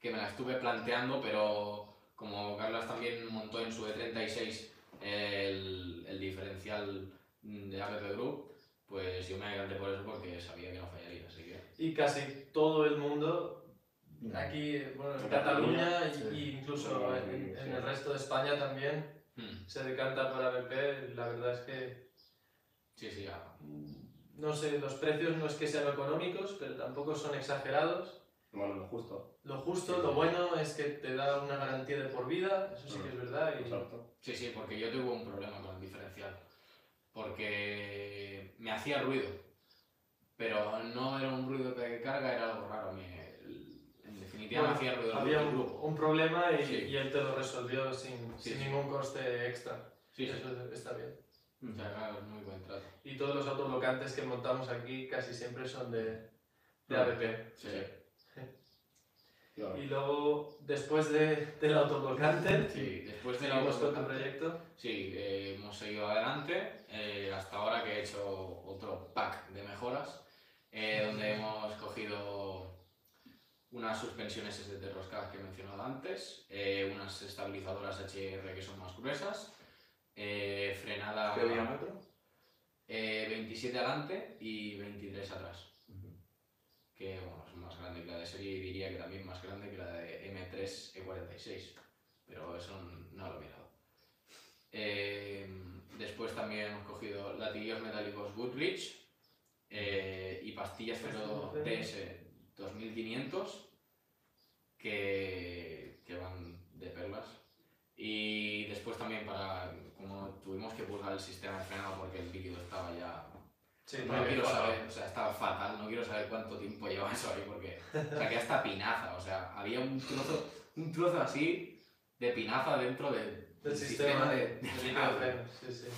que me la estuve planteando, pero como Carlas también montó en su E E36 el, el diferencial de APP Group, pues yo me decanté por eso porque sabía que no fallaría, así que... Y casi todo el mundo, aquí, bueno, en En Cataluña Cataluña, y, sí. y incluso Sí, en, sí. en el resto de España también, hmm. se decanta por ABP. La verdad es que, Sí, sí, ya. mm, no sé, los precios no es que sean económicos, pero tampoco son exagerados. Bueno, lo justo. Lo justo, lo bueno es que te da una garantía de por vida, eso sí que es verdad. Y... Exacto. Sí, sí, porque yo tuve un problema con el diferencial. Porque me hacía ruido. Pero no era un ruido de carga, era algo raro. me- en definitiva Bueno, me hacía ruido. el Había un, grupo. un problema y, Sí. y él te lo resolvió sin, Sí, sin sí. ningún coste extra. Sí, sí. Eso es- está bien. O sea, claro, es muy buen trato. Y todos los autoblocantes que montamos aquí casi siempre son de, de Ah. ABP. Sí, sí. Yo- Y luego, después de, del autoblocante, Después de la seguimos con tu autocampana- proyecto. Sí, eh, hemos seguido adelante eh, hasta ahora que he hecho otro pack de mejoras eh, donde hemos cogido unas suspensiones ST de rosca que he mencionado antes, eh, unas estabilizadoras HR que son más gruesas, eh, frenada ¿Qué diámetro? eh, 27 adelante y 23 atrás. Que bueno, es más grande que la de serie y diría que también más grande que la de E M3E46. Pero eso n- no lo he mirado. Eh, después también hemos cogido latillos metálicos Goodrich eh, y pastillas Ferro DS 2500 que, que van de perlas. Y después también para, como tuvimos que pulgar el sistema de frenado porque el líquido estaba ya... Sí, No quiero saber, o sea, estaba fatal, no quiero saber cuánto tiempo llevaba eso ahí porque saqué hasta pinaza, o sea, había un trozo, un trozo así de pinaza dentro del, Del sistema de, de de frenado. frenos, sí, sí.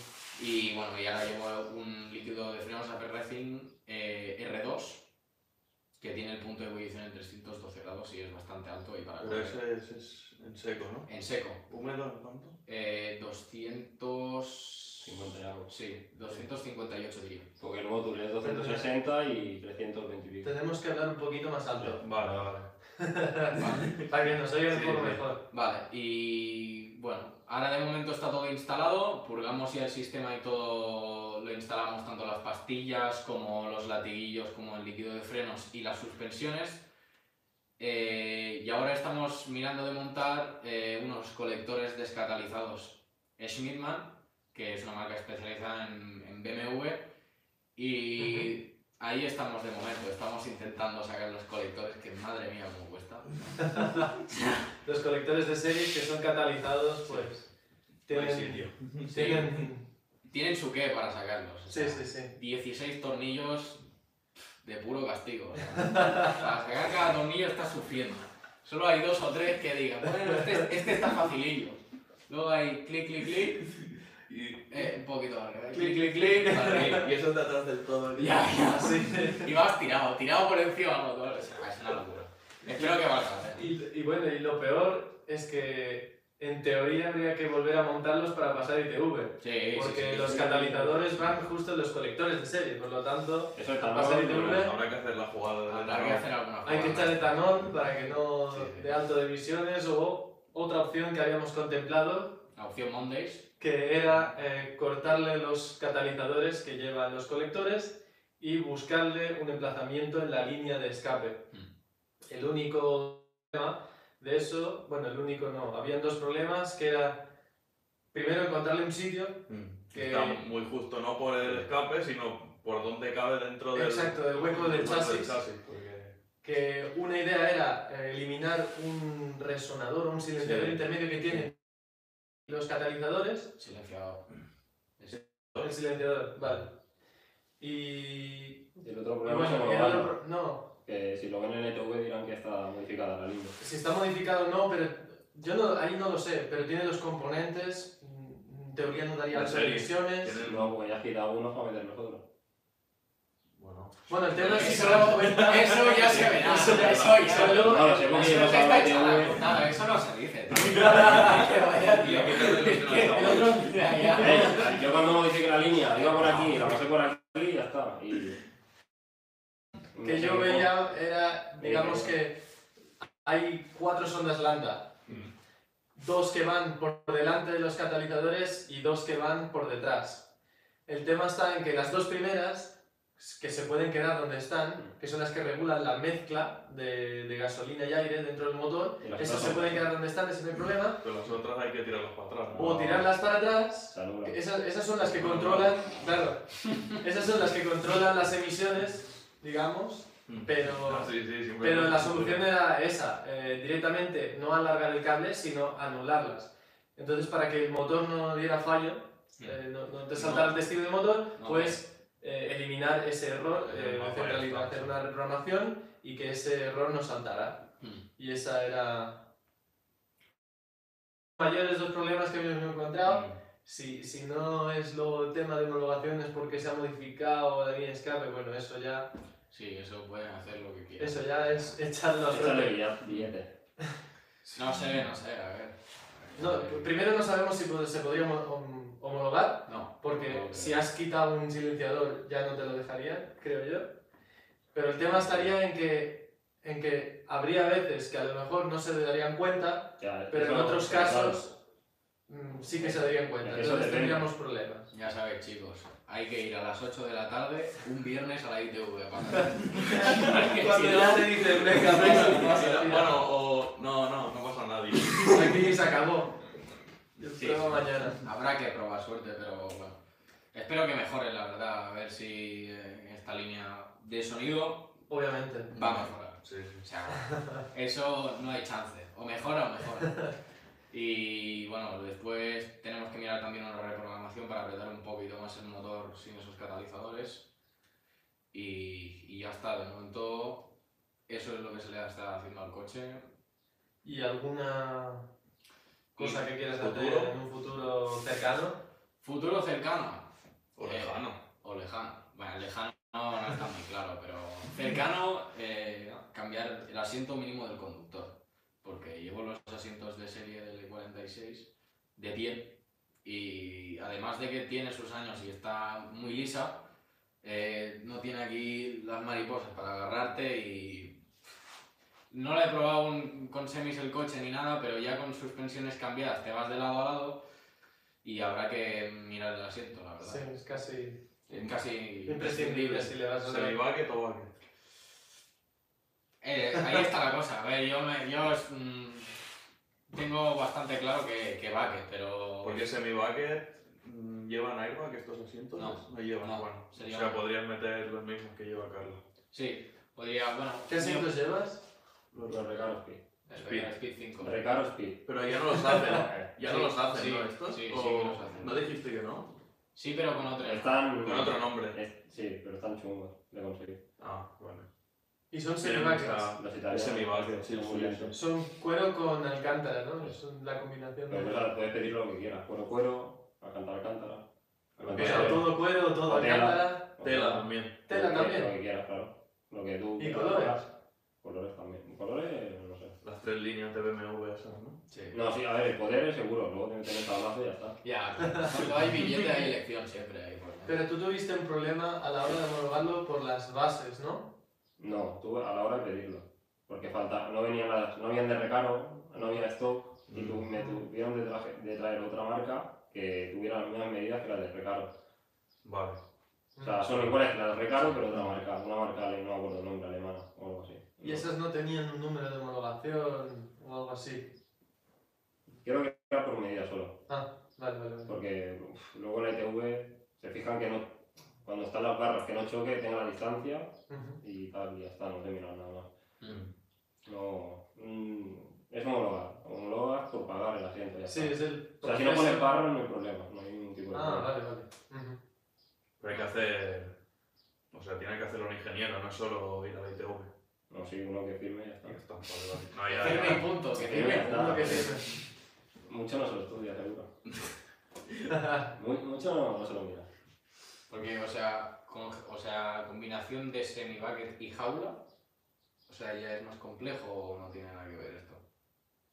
Y bueno, y ahora llevo un líquido de frenos AP Racing eh, R2 que tiene el punto de ebullición en 312 grados y es bastante alto y para Pero correr ese es, es en seco, ¿no? en seco. ¿Húmedo en cuánto? Eh, 200... 50 y algo. Sí, 258 diría. Porque luego tú lees 260 y 320 y pico. Tenemos que hablar un poquito más alto Vale, vale. para que nos oigan Sí, un poco sí. mejor. Vale, y bueno, ahora de momento está todo instalado, purgamos ya el sistema y todo, lo instalamos tanto las pastillas como los latiguillos, como el líquido de frenos y las suspensiones. Eh, y ahora estamos mirando de montar eh, unos colectores descatalizados Schmidman, que es una marca especializada en, en BMW, y ahí estamos de momento, estamos intentando sacar los colectores, que madre mía, cómo cuesta. Los colectores de series que son catalizados, pues. Buen Tienen. sitio. tienen- Tienen su qué para sacarlos. o Sí, sea, sí, sí. 16 tornillos de puro castigo. o sea, para sacar cada tornillo estás sufriendo. Solo hay dos o tres que digan, bueno, este, este está facilillo. Luego hay clic, clic, clic, Y, eh, un poquito más, clic, clic, clic, para arriba. y eso te atrás del todo. tío. Ya, ya, sí. Así. Y vas tirado, tirado por encima. No, no, o sea, es una locura. Espero que valga. Y, y bueno, y lo peor es que en teoría habría que volver a montarlos para pasar ITV. Sí, sí, Porque sí. los catalizadores van justo en los colectores de serie, por lo tanto Eso Va a está salir de mal. un- Habrá que hacer la jugada de Habrá que hacer alguna hay que jugada. echar etanol para que no Ah, Sí, sí. de alto de emisiones o otra opción que habíamos contemplado La opción Mondays. que era eh, cortarle los catalizadores que llevan los colectores y buscarle un emplazamiento en la línea de escape. Mm. El único problema de eso, bueno, el único no, habían dos problemas que era primero encontrarle un sitio que Está muy justo, no por el escape, sino por dónde chasis. cabe dentro del, Exacto, del hueco del chasis. porque- que una idea era eh, eliminar un resonador o un silenciador Sí. intermedio que tienen los catalizadores. Silenciado. El silenciador, vale. Y. Y el otro y problema es bueno, y el homologarlo, otro pro- no, que si lo ven en ETV dirán que está modificada la línea. si está modificado o no, pero yo no, ahí no lo sé, pero tiene los componentes, mm, en teoría no daría ¿En las serio? emisiones. Tiene- No, porque ya gira uno para meter nosotros. Bueno, Bueno, el tema es si se Eso- lo cuenta. Eso ya se verá. Eso ya- Eso ya se eso verá. luego- No, lo sé, porque Eso yo no no se sabía está hecha la que- cortada, eso no se dice. y hay que hacer los que no El estamos. otro- ya, ya. Ey, Eh, yo cuando modifique la línea, iba por aquí, la pasé por aquí y ya está. Y... No que sé yo qué veía era, Sí, digamos sí. que hay cuatro sondas lambda, dos que van por delante de los catalizadores y dos que van por detrás. El tema está en que las dos primeras, que se pueden quedar donde están, que son las que regulan la mezcla de, de gasolina y aire dentro del motor, Y las esas otras se no. pueden quedar donde están, ese no hay problema, Pero las otras hay que tirarlas para atrás. ¿no? o tirarlas para atrás, se anula. esas, esas son las que controlan, claro, esas son las que controlan las emisiones, digamos, Mm. pero... Ah, sí, sí, siempre Pero hay la que- solución era esa, eh, directamente no alargar el cable, sino anularlas. Entonces, para que el motor no diera fallo, eh, no, no te saltara el testigo del motor, No. pues eh, eliminar ese error, eh, No, centralizar- no, no. hacer una reprogramación y que ese error no saltara. Mm. Y esa era... Mayores dos problemas que habíamos encontrado. Mm. Si, si no es lo el tema de homologación es porque se ha modificado la línea de escape, bueno, eso ya, Sí, eso pueden hacer lo que quieran. eso ya es echar los Échale billete, billete. No sé, no sé, a ver. No, primero no sabemos si pod- se podría homo- hom- homologar, No, porque no, pero- si has quitado un silenciador ya no te lo dejarían, creo yo. Pero el tema estaría en que, en que habría veces que a lo mejor no se darían cuenta, Ya, pero eso en no, otros claro. casos mm, sí que se darían cuenta. Eso Entonces depende. tendríamos problemas. Ya sabéis, chicos, hay que ir a las 8 de la tarde, un viernes a la ITV. para- Porque si Cuando no- ya te dicen, venga, venga, pasa, tío". Bueno, o. No, no, no pasa nada. tío. aquí se acabó. Yo Sí. pruebo mañana. Habrá que probar suerte, pero bueno. Espero que mejoren, la verdad, a ver si eh, esta línea de sonido Obviamente. va a mejorar. Sí, sí. O sea, eso no hay chance. O mejora o mejora. Y bueno, después tenemos que mirar también una reprogramación para apretar un poquito más el motor sin esos catalizadores. Y, y ya está, de momento eso es lo que se le está haciendo al coche. ¿Y alguna cosa que quieras hacer ¿Futuro? en un futuro cercano? Futuro cercano O lejano. Eh, o lejano. Eh, Bueno, lejano no está muy claro, pero cercano eh, cambiar el asiento mínimo del conductor. Porque llevo los asientos de serie del E 46 de piel y además de que tiene sus años y está muy lisa, eh, no tiene aquí las mariposas para agarrarte y... No la he probado un- con semis el coche ni nada, pero ya con suspensiones cambiadas te vas de lado a lado y habrá que mirar el asiento, la verdad. Sí, es casi Es casi imprescindible si le vas a Se dar. divague, tobaque. Eh, ahí está la cosa. A ver, yo, me- yo es, mm, tengo bastante claro que, que vaque, pero. Porque semi-bucket mm, llevan airbag estos asientos. No. llevan. No, bueno, sería o sea, un- podrías meter los mismos que lleva Carlos. Sí, podría. Bueno, ¿Qué asientos llevas? Los los recaros Speed. Espera, Speed 5. Recaros Speed. Pero ya no los hacen. Ya Sí, no los hacen, sí, ¿no? Estos. sí, sí ¿O que los hacen. ¿No dijiste que no? Sí, pero con otro. Están. Con otro nombre. es- Sí, pero están chungos de conseguir. Ah, bueno. Y son Tienen semivacas. mucha- Los Es italianos. semi-bucket, sí, son muy sí, lentos. Son cuero con alcántara, ¿no? Es un- la combinación Pero de... claro, puedes pedir lo que quieras. Cuero, cuero, alcántara, alcántara. O sea, todo cuero, todo Tela. alcántara. Tela también. Tela Lo también. que quieras, claro. Lo que tú. ¿Y quieras. colores? Colores también. Colores, no sé. Las tres líneas de BMW esas, ¿no? Sí. No, sí, a ver, el poder es seguro. Luego te meten el tablazo y ya está. Ya, cuando hay billete hay elección siempre. Ahí, pues, por- Pero tú tuviste un problema a la hora de homologarlo por las bases, ¿no? No, tú a la hora de pedirlo. Porque falta, no venían las, no habían de recaro, no había stock, y tu- me Mm. tuvieron de, traje- de traer otra marca que tuviera las mismas medidas que las de recaro. Vale. O Mm. sea, son iguales que las de recaro, pero otra marca, una marca, ale- no me acuerdo el nombre, alemana o algo así. Y esas no tenían un número de homologación o algo así. Creo que era por medida solo, Ah, vale, vale, vale. porque uf, luego en la ITV se fijan que no, cuando están las barras, que no choque, tenga la distancia Ujú. y tal, y ya está, no se miran nada más. Mm. No, mm, es homologar, homologas por pagar el asiento, ya Sí, está. es el... O sea, si no pones barra no hay problema, no hay ningún tipo de Ah, problema. vale, vale. Ujú. Pero hay que hacer. O sea, tiene que hacerlo un ingeniero, no es solo ir a la ITV. No, sí, uno que firme ya está. Y está, vale, vale. No, ya, Firme y ya. punto, que Sí, firme y ya está. punto. Uno que vale. tiene. Mucho no se lo estudia, seguro. Muy- mucho no, no se lo mira. Porque, o sea, con- o sea, combinación de semi-bucket y jaula, o sea, ya es más complejo o no tiene nada que ver esto.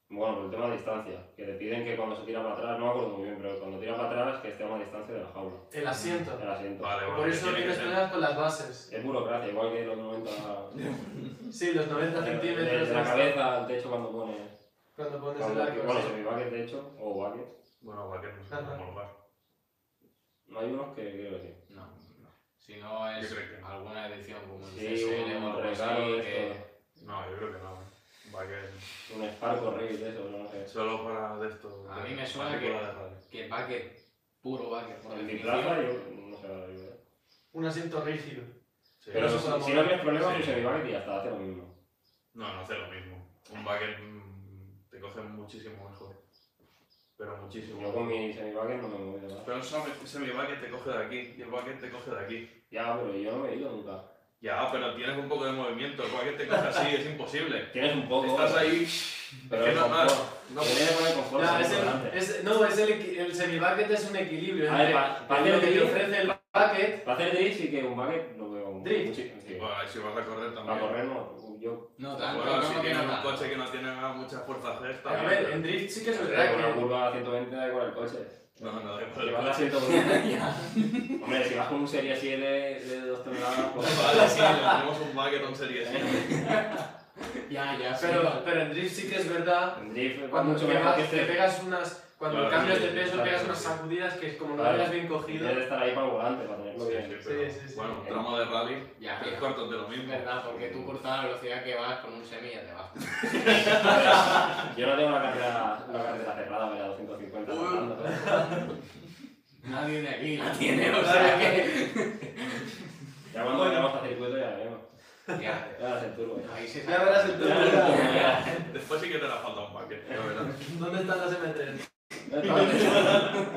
Bueno, el tema de distancia, que te piden que cuando se tira para atrás, no me acuerdo muy bien, pero cuando tira para atrás que esté a una distancia de la jaula, El asiento. del asiento. Vale, vale. Por eso tiene que tienes ser. problemas con las bases. Es burocracia, igual que los 90 Sí, los 90 de, de- centímetros. de la hasta cabeza al techo cuando pones. Cuando pones el cuando- arco. bueno, sí. semi bucket de hecho, o bucket. Bueno, va que no sé Ajá. cómo lugar. No hay unos que creo que sí. No. Si no es Yo creo que no. alguna edición como Pues el Sí, CSL o un algo así, regalo de que... No, yo creo que no. ¿eh? Va que. Un esparco horrible de eso, no sé. Solo para de esto. A de mí me suena matrícula que- de radio. que bucket, puro bucket por En mi definición. plaza yo no sé la verdad. Un asiento rígido. Sí. Pero eso si, es una si moda. no tienes problemas, Sí. un semi-bucket y ya está, hace lo mismo. No, no hace lo mismo. Un bucket mm, te coge muchísimo mejor. Pero muchísimo. Yo con mi semi-bucket no me he movido nada. Pero un semi- semi-bucket te coge de aquí y el bucket te coge de aquí. Ya, pero yo no me he ido nunca. Ya, pero tienes un poco de movimiento. El bucket te coge así, es imposible. Tienes un poco. Estás ahí. Oh, Pero es el que no, no, confort. no. Te tienes que poner confort. Ya, siempre es el, delante. es- no, es el, equi- el semi-bucket es un equilibrio. A ver, entre pa- pa- lo que te drift. ofrece el bucket. Para hacer drift sí que un bucket lo veo como. Drift. Sí, sí. Bueno, y si vas a correr Para también. correr no. Yo. No tanto, Bueno, no si que tienes no un tanto. coche que no tiene nada, mucha fuerza G, está A bien, ver, pero- en drift sí que es Con verdad una que. curva a 120 da igual el coche. No, no, da igual. Llevar la 120. Hombre, si vas con un Serie 7 de 2 toneladas, pues, Vale, sí, le ponemos un Maqueton Serie 7. Ya, ya, sí, Pero, vale. pero en drift sí que es verdad. En drift es Cuando mucho te mejor pegas, que te este. pegas unas. Cuando Claro, cambias sí, de peso, claro, pegas sí. unas sacudidas que es como no lo Claro. hayas bien cogido. Debe estar ahí para el volante, para tenerlo bien. pero- sí, sí. Bueno, tramo de rally, Ya, tres ya. cuartos de lo Es mismo. verdad, porque tú cortas la velocidad que vas con un semi ya te vas. Yo no tengo una carrera, una carrera cerrada, voy a 250. Uy. andando. Nadie de aquí la tiene, o sea que. Ya cuando vayamos a circuito ya veremos. Ya, Ya las el turbo. ya. ahí se Ya verás el turno. Después sí que te la falta un paquete, la verdad. ¿Dónde están las M3? Ya está.